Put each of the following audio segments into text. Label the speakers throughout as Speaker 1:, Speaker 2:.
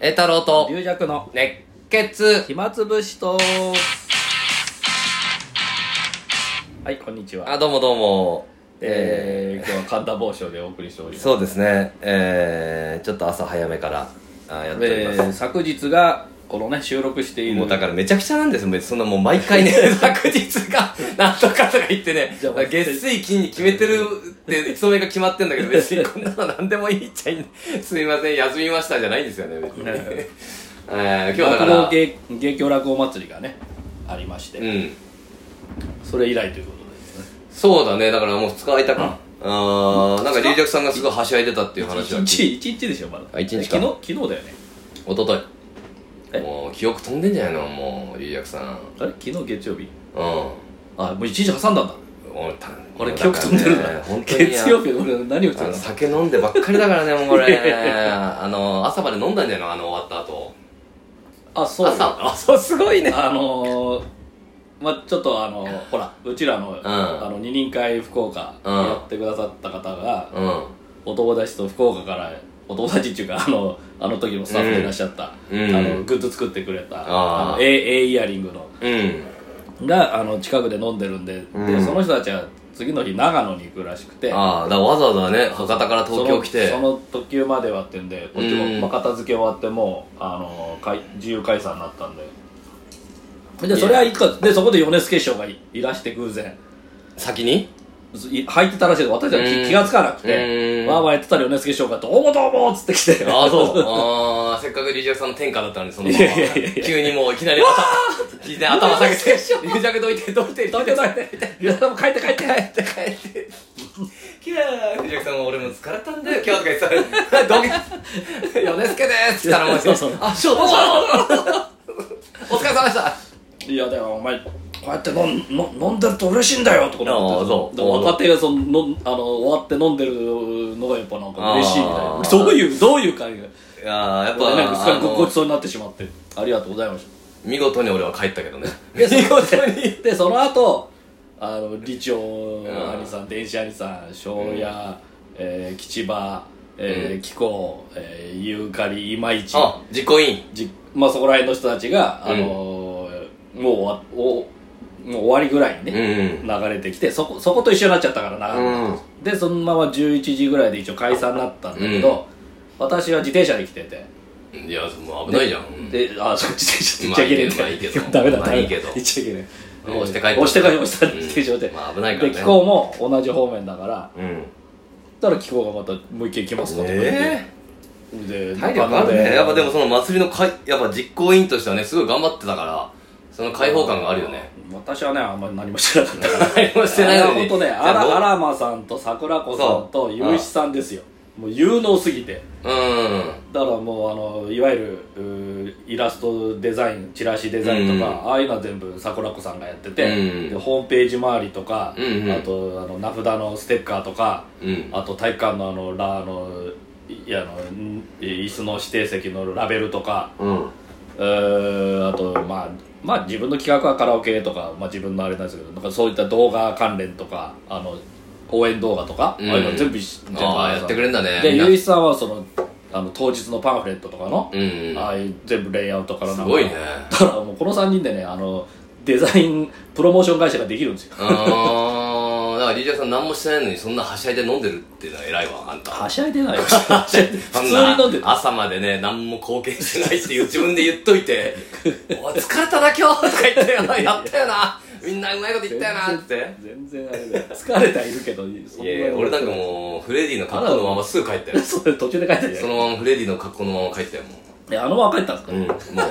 Speaker 1: 栄太郎と
Speaker 2: 龍弱の
Speaker 1: 熱血
Speaker 2: 暇つぶしとはいこんにちは
Speaker 1: あどうもどうも
Speaker 2: えー、今日は神田某所でお送りしており
Speaker 1: ー
Speaker 2: ます
Speaker 1: そうですねえー、ちょっと朝早めからあーやっており
Speaker 2: え
Speaker 1: ます、
Speaker 2: ー、昨日がこのね収録している
Speaker 1: もうだからめちゃくちゃなんですよそんなもう毎 回ね昨日がなんとかとか言ってね
Speaker 2: じゃあ
Speaker 1: 月水金に決めてるって勤めが決まってんだけど別にこんなの何でもいいっちゃいいすいません休みましたじゃないんですよね別に、
Speaker 2: はい
Speaker 1: えー、今日だか
Speaker 2: 落
Speaker 1: ら
Speaker 2: 語芸芸協落語祭りがねありまして、
Speaker 1: うん
Speaker 2: それ以来ということですね
Speaker 1: そうだねだからもう2日空いたか、あーなんか龍尺さんがすごいはしゃいでたっていう話は
Speaker 2: 一
Speaker 1: 聞い
Speaker 2: 日一日でしょまだ
Speaker 1: あ一日か
Speaker 2: 昨日昨日だよね
Speaker 1: 一昨
Speaker 2: え
Speaker 1: 日もう記憶飛んでんじゃないのもう龍尺さんうん
Speaker 2: あれ昨日月曜日あもう一日挟んだんだ
Speaker 1: 俺た
Speaker 2: あれ記憶飛んでるんだ、
Speaker 1: ね本当に
Speaker 2: 月曜日俺何をし
Speaker 1: あ
Speaker 2: てた
Speaker 1: の
Speaker 2: の
Speaker 1: 酒飲んでばっかりだからねもうこれ あの朝まで飲んだんじゃないのあの終わった後
Speaker 2: あそうよ
Speaker 1: 朝朝すごいね
Speaker 2: あのー、まあちょっとあのーほらうちらの,、あの二人会福岡
Speaker 1: うん
Speaker 2: やってくださった方が、
Speaker 1: うん
Speaker 2: お友達と福岡からお友達っていうかあのあの時のスタッフでいらっしゃった、
Speaker 1: うん
Speaker 2: あのグッズ作ってくれた
Speaker 1: あー
Speaker 2: の A, A イヤリングの
Speaker 1: うん
Speaker 2: があの近くで飲んでるんで,、
Speaker 1: う
Speaker 2: で
Speaker 1: ん
Speaker 2: その人たちは次の日長野に行くらしくて
Speaker 1: ああだからわざわざね博多から東京来て
Speaker 2: そのその特急まではってんでこっちも、
Speaker 1: うん
Speaker 2: まあ、片付け終わってもうあのかい自由解散になったんで
Speaker 1: や
Speaker 2: でそれはいいかでそこで米助師匠がいいらして偶然
Speaker 1: 先に
Speaker 2: すい入ってたらしいで私は
Speaker 1: うん
Speaker 2: 気気がつかなくて
Speaker 1: うん
Speaker 2: わーわーやってたら米助師匠が「どうもどうも」っつってきて
Speaker 1: ああそうああせっかく龍尺さんの天下だったのにそのま
Speaker 2: いやいやいやい
Speaker 1: ま急にもういきなり頭いきなり頭下げて「龍尺どいてどいて」
Speaker 2: どいてどいていやでも帰って帰って帰って
Speaker 1: 帰ってキラー藤崎さんも俺も疲れたんだよ 今日とか言ってたら「どうけ 米助です」って言ったらもう
Speaker 2: そうそう
Speaker 1: あそうそう お疲れ様でした
Speaker 2: いやでもお前こうやって飲ん飲飲んでると嬉しいんだよとかって
Speaker 1: ああそう
Speaker 2: でも若手がその飲んあの終わって飲んでるのがやっぱなんか嬉しいみたい
Speaker 1: あ
Speaker 2: な
Speaker 1: あ
Speaker 2: どういうどういう会が
Speaker 1: いやーやっぱ
Speaker 2: なんかすっか
Speaker 1: あ
Speaker 2: りご
Speaker 1: の
Speaker 2: ごちそうになってしまってありがとうございまし
Speaker 1: 見事に俺は帰ったけどね
Speaker 2: たでそ
Speaker 1: 見事に
Speaker 2: でその後あの理長兄さん電子兄さん庄屋、えー吉場、えー紀子、えーユーカリいまいち
Speaker 1: あ実行委員
Speaker 2: じまあ、そこら辺の人たちが、あのーもう終わおもう終わりぐらいに
Speaker 1: う
Speaker 2: ね、
Speaker 1: ん
Speaker 2: 流れてきてそこそこと一緒になっちゃったからな、
Speaker 1: うん
Speaker 2: でそのまま11時ぐらいで一応解散になったんだけど、私は自転車で来てて
Speaker 1: いやもう危ないじゃんうん
Speaker 2: であそう自転車行っちゃいけねえんだ
Speaker 1: まあいいけど
Speaker 2: ダメだ
Speaker 1: まあ
Speaker 2: ダメだ
Speaker 1: いいけど
Speaker 2: 行っちゃいけねえ
Speaker 1: 押して帰った
Speaker 2: 押して帰りました
Speaker 1: うん
Speaker 2: 自転車で、
Speaker 1: まあ危ないからね
Speaker 2: で気候も同じ方面だから
Speaker 1: うん
Speaker 2: だから気候がまたもう一回行きますかとか言って、
Speaker 1: え
Speaker 2: で
Speaker 1: 体力あるねやっぱでもその祭りのかいやっぱ実行委員としてはねすごい頑張ってたからその解放感があるよね
Speaker 2: 私はねあんまり何もしてなかったから
Speaker 1: 何もしてないのに
Speaker 2: 本当ね
Speaker 1: じゃ
Speaker 2: あ
Speaker 1: あどう
Speaker 2: らあらまさんと桜子さん
Speaker 1: そ
Speaker 2: と
Speaker 1: う
Speaker 2: ゆういちさんですよもう有能すぎて
Speaker 1: うん
Speaker 2: だからもうあのいわゆるうーイラストデザインチラシデザインとか、
Speaker 1: う
Speaker 2: ああいうのは全部桜子さんがやってて、
Speaker 1: うん
Speaker 2: でホームページ周りとか、
Speaker 1: うんうん
Speaker 2: あとあの名札のステッカーとか
Speaker 1: うん
Speaker 2: あと体育館のあのラあのいやあのん椅子の指定席のラベルとか
Speaker 1: うん
Speaker 2: えーあとまあまあ自分の企画はカラオケとか、まあ、自分のあれなんですけどなんかそういった動画関連とかあの応援動画とか、
Speaker 1: うん
Speaker 2: ああいうの全部し全部
Speaker 1: ああやってくれんだね
Speaker 2: で
Speaker 1: みんな
Speaker 2: ゆいさんはそのあの当日のパンフレットとかの、
Speaker 1: うん
Speaker 2: ああいう全部レイアウトからなん
Speaker 1: す
Speaker 2: か
Speaker 1: ごいね
Speaker 2: だからもうこの3人でねあのデザインプロモーション会社ができるんですよ
Speaker 1: あーだからリージャーさん何もしてないのにそんなはしゃいで飲んでるっていうのは偉いわあんた
Speaker 2: はしゃいでないよはしゃいで普
Speaker 1: そ
Speaker 2: 通
Speaker 1: ん
Speaker 2: に
Speaker 1: な
Speaker 2: 飲んでる
Speaker 1: 朝までね何も貢献してないっていう自分で言っといて「おい疲れたな今日」とか言ったよなやったよなみんなうまいこと言ったよなって
Speaker 2: 全然あれだよ疲れてはいるけどそ
Speaker 1: いやいや俺なんかもうフレディの格好のまますぐ帰ったよ
Speaker 2: うそれ途中で帰って
Speaker 1: そのままフレディの格好のまま帰ったよも
Speaker 2: えあのまま帰ったんですか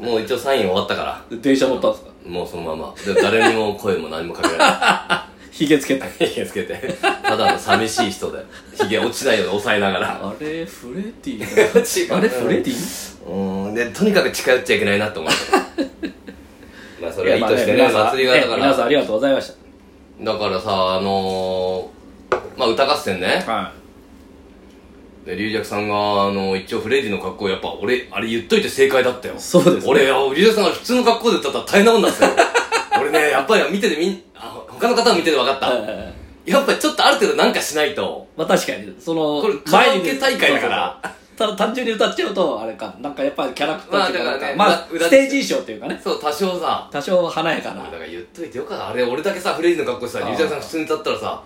Speaker 1: う、うん、もうもう一応サイン終わったから
Speaker 2: 電車乗ったんですか
Speaker 1: もうそのままで誰にも声も何もかけら
Speaker 2: ひげつけた
Speaker 1: れないひげつけてただの寂しい人でひげ落ちないように抑えながら
Speaker 2: あれフレディ
Speaker 1: 違う
Speaker 2: あれフレディ
Speaker 1: うーんでとにかく近寄っちゃいけないな と思ってまあそれはいいとしてね
Speaker 2: 皆さん
Speaker 1: 祭りがだか
Speaker 2: ね皆さん
Speaker 1: ら
Speaker 2: ありがとうございまし
Speaker 1: だからさあのー、まあ歌合戦ね
Speaker 2: たは
Speaker 1: で龍尺さんが、あの一応フレディの格好やっぱ俺あれ言っといて正解だったよ
Speaker 2: そうですね
Speaker 1: 俺いや龍尺さんが普通の格好で歌ったら大変なもんだった よ俺ねやっぱり見ててみんあ他の方を見てて分かった、
Speaker 2: い
Speaker 1: やっぱりちょっとある程度なんかしないと
Speaker 2: まあ確かにその
Speaker 1: これカラオケ大会だから
Speaker 2: そうそうそうただ単純に歌っちゃうとあれかなんかやっぱりキャラクターっていうか
Speaker 1: ま
Speaker 2: な
Speaker 1: あ
Speaker 2: ん
Speaker 1: だから
Speaker 2: か
Speaker 1: ね
Speaker 2: まあ
Speaker 1: 裏裏
Speaker 2: ステージ衣装っていうかね
Speaker 1: そう多少さ
Speaker 2: 多少華やか
Speaker 1: 俺だ
Speaker 2: な
Speaker 1: から言っといてよかったあれ俺だけさフレイズの格好してさ
Speaker 2: あー
Speaker 1: 龍ちゃんさん普通に歌ったらさ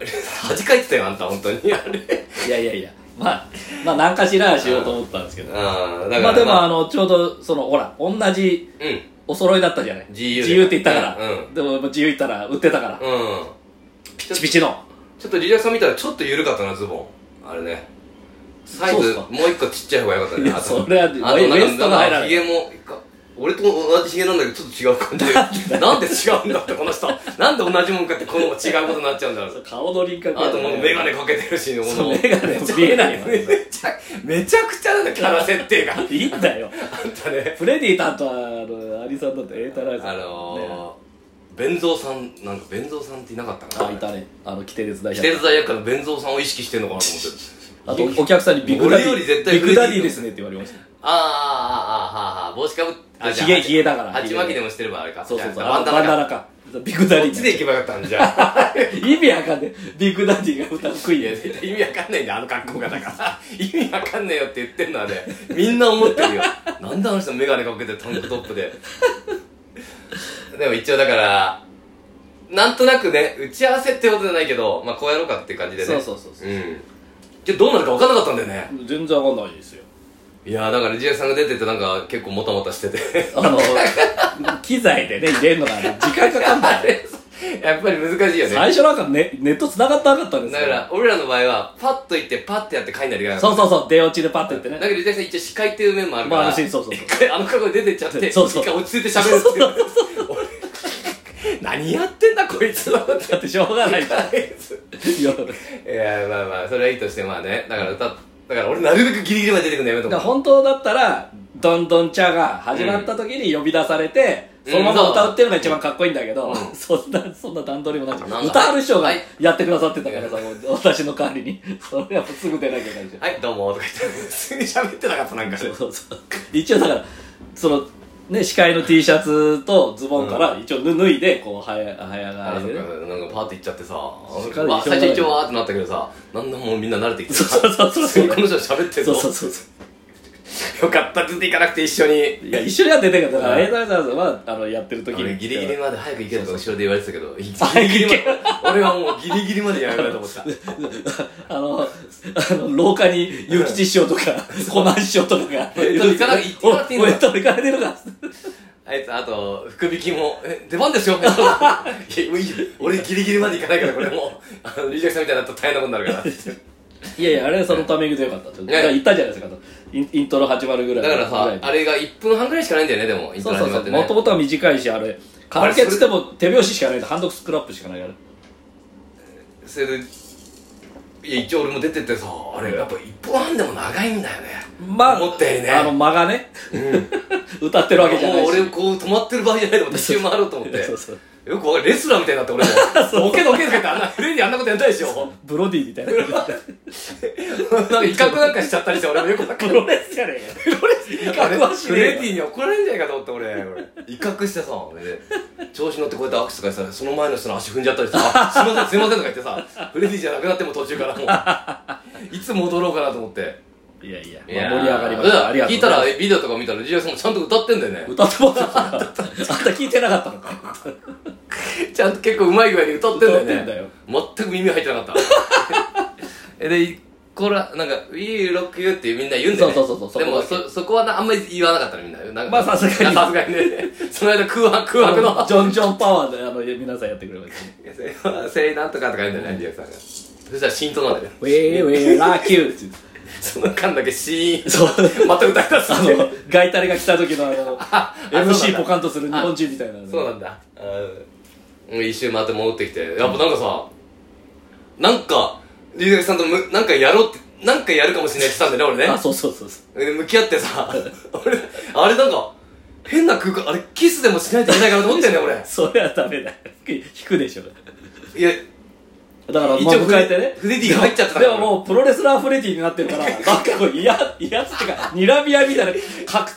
Speaker 1: あれ恥かいてたよあんた本当 にあれ
Speaker 2: いやいやいやまあまあ何かしらしようと思ったんですけど
Speaker 1: うんだから
Speaker 2: まあでもあ
Speaker 1: の
Speaker 2: のちょうどそのほら同じ
Speaker 1: うん
Speaker 2: お揃いだったじゃない
Speaker 1: 自由で
Speaker 2: って言ったから、
Speaker 1: うん
Speaker 2: でも自由言ったら売ってたから、
Speaker 1: うん
Speaker 2: ピチピチの
Speaker 1: ちょっとリラさん見たらちょっと緩かったなズボンあれねサイ
Speaker 2: そうっ
Speaker 1: ズ
Speaker 2: すか
Speaker 1: もう一個ちっちゃい方が良かった
Speaker 2: い
Speaker 1: ね
Speaker 2: や
Speaker 1: あと
Speaker 2: それは
Speaker 1: あとなんか
Speaker 2: ウエストが入らない
Speaker 1: ひげも俺と同じひげなんだけどちょっと違う感じでなんで違うんだってこの人なんで同じもんかってこの違うことになっちゃうんだろう
Speaker 2: 顔の輪郭
Speaker 1: あともう眼
Speaker 2: ネ
Speaker 1: 鏡かけてるしねも
Speaker 2: そう
Speaker 1: う
Speaker 2: メガネ見えないよ
Speaker 1: めちゃ めちゃくちゃなんだキャラ設定があ
Speaker 2: いいんだよ
Speaker 1: んたね
Speaker 2: フレディ担当はあのアリさんだってエータライズ
Speaker 1: あのー弁蔵さんなんか弁蔵さんっていなかったか
Speaker 2: あい
Speaker 1: な
Speaker 2: たねあの規定列大
Speaker 1: 規定罪役から弁蔵さんを意識してんのかなと思って
Speaker 2: あとお客さんにビッグダデ
Speaker 1: 俺よ
Speaker 2: ィ
Speaker 1: り絶対
Speaker 2: ビッグダディですねって言われました
Speaker 1: あーあーあーあーあー帽子かぶって
Speaker 2: あ
Speaker 1: じゃあ
Speaker 2: ひげひげだから
Speaker 1: 鉢巻きでもしてればあれか
Speaker 2: そうそうそう
Speaker 1: じゃあバンダナ
Speaker 2: あのバ
Speaker 1: か
Speaker 2: ンダナかビッグダデ
Speaker 1: こ
Speaker 2: ィ
Speaker 1: っちで行けばよかったんじゃあ
Speaker 2: 意味わかんねえビッグダディが歌う食い
Speaker 1: いや
Speaker 2: や
Speaker 1: 絶対意味わかんないんだよあの格好がだから 意味わかんないよって言ってんのはねみんな思ってるよなんであの人眼鏡かけてタンクトップででも一応だからなんとなくね打ち合わせってことじゃないけどまあこうやろうかっていう感じでね
Speaker 2: そうそうそうそ
Speaker 1: うんじゃあどうなるか分かんなかったんだよね
Speaker 2: 全然わかんないですよ
Speaker 1: いやーだからジェさんが出ててなんか結構もたもたしてて
Speaker 2: あの機材でね入れるのがね時間かかんない
Speaker 1: やっぱり難しいよね
Speaker 2: 最初なんかネネット繋がってなかったんです
Speaker 1: だ
Speaker 2: よ
Speaker 1: から俺らの場合はパッと行ってパッてやって帰んないといけなかった
Speaker 2: そうそうそう出落ちでパッて言って
Speaker 1: だ
Speaker 2: ね
Speaker 1: けど、ジャさん一応司会っていう面もあるから、
Speaker 2: まあそ うそうそう
Speaker 1: 一回あの格好で出てっちゃって、
Speaker 2: そうそう
Speaker 1: 一回落ち着いて喋るっていう。 俺何やってんだ こいつはって
Speaker 2: だってしょうがないから
Speaker 1: あいつ
Speaker 2: いや
Speaker 1: いやまあまあそれはいいとしてまあねだから歌だから俺なるべくギリギリまで出てくるのやめと
Speaker 2: だから
Speaker 1: こ
Speaker 2: 本当だったら「どんどん茶」が始まった時に呼び出されて、
Speaker 1: うん
Speaker 2: そのまま歌うっていうのが一番かっこいいんだけ
Speaker 1: う
Speaker 2: ど、
Speaker 1: ん
Speaker 2: そんなそんな段取りもなく
Speaker 1: なんだ
Speaker 2: 歌ある人が
Speaker 1: はい
Speaker 2: やってくださってたからさ、もう私の代わりに それはもうすぐ出なきゃいけないじゃん、
Speaker 1: うはいどうもとか言って普通に喋ってなかったなんか
Speaker 2: そうそうそう一応だからそのね司会の T シャツとズボンから一応脱脱いでこう早早
Speaker 1: あ
Speaker 2: 替え
Speaker 1: そっ
Speaker 2: でね
Speaker 1: かなんかパーって行っちゃってさ
Speaker 2: っかり
Speaker 1: わ
Speaker 2: 一緒に
Speaker 1: 最初一応わーってなったけどさだんだんもうみんな慣れてきて
Speaker 2: そうそうそうそう
Speaker 1: 普通にこの人喋ってる
Speaker 2: そ
Speaker 1: の
Speaker 2: うそうそうそう
Speaker 1: よかった出ていかなくて一緒に
Speaker 2: いや、一緒にやってたけど、だから、
Speaker 1: うん
Speaker 2: エイザーザーズは、あの、やってる時
Speaker 1: 俺
Speaker 2: に。
Speaker 1: ギリギリまで早く行けとか後ろで言われてたけどギリ
Speaker 2: 早く
Speaker 1: ギリ
Speaker 2: 行
Speaker 1: ま
Speaker 2: け
Speaker 1: で俺はもうギリギリまでやめようと思 った
Speaker 2: あの、あの、廊下に、ゆきち師匠 とか、コナン師匠とかが、
Speaker 1: おい行かなく行かなくていい
Speaker 2: お
Speaker 1: の
Speaker 2: お
Speaker 1: か
Speaker 2: いと行かれてるか。
Speaker 1: あいつあと福引きもえ出番ですよい やもういいよ俺ギリギリまで行かないからこれもうあのリジャクさんみたいになったら大変なことになるから
Speaker 2: いやいや、あれはそのタイミングでよかった。ちょっと
Speaker 1: いやいや
Speaker 2: 行ったじゃないですか、インイントロ始まるぐらい。
Speaker 1: だから
Speaker 2: ぐ
Speaker 1: さ
Speaker 2: い
Speaker 1: あれが1分半ぐらいしかないんだよねでもインタ
Speaker 2: そう
Speaker 1: ーネッ
Speaker 2: そう
Speaker 1: ト
Speaker 2: そ
Speaker 1: っ
Speaker 2: う。
Speaker 1: て
Speaker 2: もと
Speaker 1: ね
Speaker 2: もとは短いし、あれ、カラオケっつっても手拍子しかないで、ハンドスクラップしかないから。
Speaker 1: それでいや一応俺も出てってさあれやっぱ1分半でも長いんだよね
Speaker 2: まあ、
Speaker 1: 思ったよりね
Speaker 2: あの、間がね、
Speaker 1: うん
Speaker 2: 歌ってるわけじゃない
Speaker 1: もう
Speaker 2: し。
Speaker 1: 俺こう止まってる場合じゃないと思って一周回ろうと思っ
Speaker 2: そう
Speaker 1: て
Speaker 2: そう。
Speaker 1: よくわかるレスラーみたいになって俺 もボケボケとか言ってあんなフレにあんなことやりたいでしょ
Speaker 2: ブロディ みたいな。
Speaker 1: なんか威嚇なんかしちゃったりして俺もよくわか
Speaker 2: プ
Speaker 1: る
Speaker 2: ロレスじゃねえか。プロレス威嚇はし
Speaker 1: フ
Speaker 2: ねえ
Speaker 1: レ
Speaker 2: よ
Speaker 1: ディに怒られるんじゃないかと思って俺俺威嚇してさ俺で調子乗ってこうやって握手とかしたらその前の人の足踏んじゃったりさ「あすいませんすいません」とか言ってさフレディじゃなくなっても途中からもういつ戻ろうかなと思って
Speaker 2: いやいや、
Speaker 1: いや
Speaker 2: まあ盛り上がりました。ありがとう
Speaker 1: 聞い
Speaker 2: ござ
Speaker 1: た
Speaker 2: います
Speaker 1: らビデオとか見たらジュさんもちゃんと歌ってんだよね
Speaker 2: 歌ってますよあんた聞いてなかったのか
Speaker 1: ちゃんと結構うまい具合に歌ってんだよね
Speaker 2: 歌ってんだよ
Speaker 1: 全く耳入ってなか ったえでいこらなんか「We Rock You」ってみんな言うんだよ、ね、
Speaker 2: そうそうそうそう
Speaker 1: でも
Speaker 2: そこだ
Speaker 1: そそこはなあんまり言わなかったのみんななんか
Speaker 2: まあさすがに
Speaker 1: さすがにね その間空白空白の
Speaker 2: ジョンジョンパワーであの皆さんやってくれました
Speaker 1: 「 せいなんとか」とか言うんだよねリアさんがそしたら浸透なんだよね
Speaker 2: ウェーウェーラーキューって
Speaker 1: その間だけシーン
Speaker 2: そう
Speaker 1: また歌い出す
Speaker 2: あ
Speaker 1: んだよ
Speaker 2: のガイタレが来た時のあの
Speaker 1: そうなんだ
Speaker 2: MC ポカンとする日本人みたいな
Speaker 1: そうなんだうん一周回って戻ってきてやっぱなんかさなんか龍崎さんとむなんかやろうってなんかやるかもしれないって言ってたんだよね俺
Speaker 2: あ
Speaker 1: ね
Speaker 2: そうそうそうそ
Speaker 1: で向き合ってさ 俺あれなんか変な空間あれキスでもしないといけないかなと思ってんだよ
Speaker 2: うそれはダメだよ引くでしょだ
Speaker 1: 俺いや
Speaker 2: から
Speaker 1: 一
Speaker 2: まあ
Speaker 1: 応フ
Speaker 2: 迎
Speaker 1: レ
Speaker 2: えてね
Speaker 1: フレディが入っちゃってたか
Speaker 2: で
Speaker 1: ら
Speaker 2: ももうプロレスラーフレディになってるからなんかこういやいやつってかにらみ合いみたいな格闘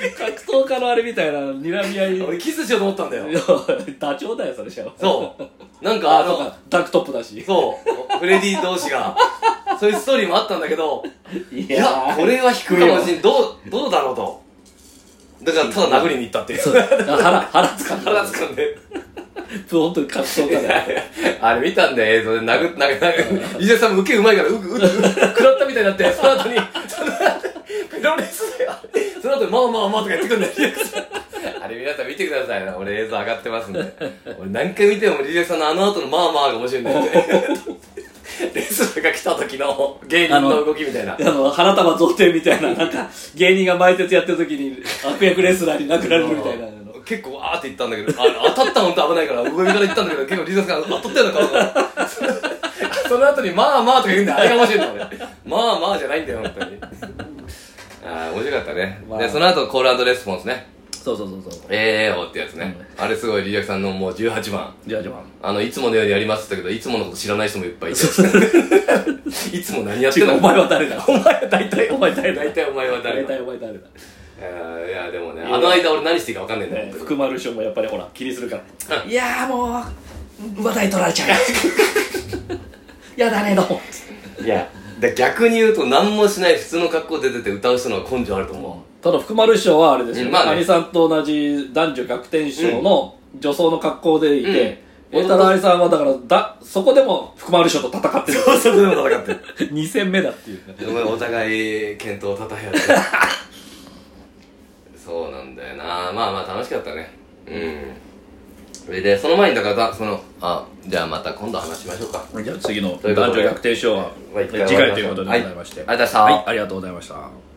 Speaker 2: 家格闘 家のあれみたいなにらみ合い
Speaker 1: 俺キスしようと思ったんだよ
Speaker 2: いやダチョウだよそれしゃ
Speaker 1: そうなんか
Speaker 2: あ
Speaker 1: あ
Speaker 2: そう
Speaker 1: の
Speaker 2: かダクトップだし
Speaker 1: そうフレディ同士がそういうストーリーもあったんだけど
Speaker 2: い
Speaker 1: いやこれは引くかもしれんどうどうだろうとだからただ殴りに行ったっていう
Speaker 2: そうあ腹腹つかんだ
Speaker 1: 腹つかんで
Speaker 2: 本当に格闘家だよ
Speaker 1: あれ見たんだよ映像で殴って殴って殴って伊集院さんも受けうまいからうくうくうく食らったみたいになってその後にその後ペロレスだよその後にまあまあまあとか言ってくんだよ伊集院さんあれ皆さん見てくださいな俺映像上がってますんで俺何回見ても伊集院さんのあの後のまあまあが面白いんだよねレスラーが来た時の芸人の動きみたいな
Speaker 2: あの花束贈呈みたいななんか芸人が前説やってる時に悪役レスラーに殴られるみたいなの
Speaker 1: 結構あーって言ったんだけどあ当たったら本当危ないから上から言ったんだけど結構リザさんが当たったような顔その その後にまあまあとか言うんだよあれが面白いんだ俺まあまあじゃないんだよ本当にああ面白かったね、
Speaker 2: まあ
Speaker 1: でその後コールレスポンスね
Speaker 2: そうそうそうそう
Speaker 1: ええー、おってやつね、あれすごいリザさんのもう18番
Speaker 2: じゃあじゃあ
Speaker 1: あのいつものようにやりますって言ったけどいつものこと知らない人もいっぱいいて いつも何やって
Speaker 2: 違
Speaker 1: ん
Speaker 2: う
Speaker 1: の
Speaker 2: お前は誰だ
Speaker 1: お前は大体
Speaker 2: お前誰だ
Speaker 1: 大体お前は誰
Speaker 2: 大体
Speaker 1: だ
Speaker 2: お前誰だ
Speaker 1: あーいやでもねあの間俺何していいか分かんないんだよ、
Speaker 2: ね
Speaker 1: 本当に
Speaker 2: 福丸師匠もやっぱりほら気にするからいやーもう馬台取られち ゃうやだねどうも
Speaker 1: いやで逆に言うと何もしない普通の格好で出て歌う人の方が根性あると思
Speaker 2: ただ福丸師匠はあれですよ、
Speaker 1: うん
Speaker 2: ね
Speaker 1: まあね
Speaker 2: 兄さんと同じ男女逆転師匠の女装の格好でいて、
Speaker 1: うん
Speaker 2: えただ兄さんはだからだそこでも福丸師匠と戦ってる
Speaker 1: うそこでも戦って
Speaker 2: 2戦目だっていうね
Speaker 1: るお互い健闘をたたえ合ってそうなんだよなまあまあ楽しかったねうんそれでその前にだからだそのあじゃあまた今度話しましょうか
Speaker 2: じゃあ次の
Speaker 1: ということで
Speaker 2: 男女逆転賞は
Speaker 1: まあ一回
Speaker 2: 次回ということでございまして、
Speaker 1: はいありがとうございました
Speaker 2: はいありがとうございました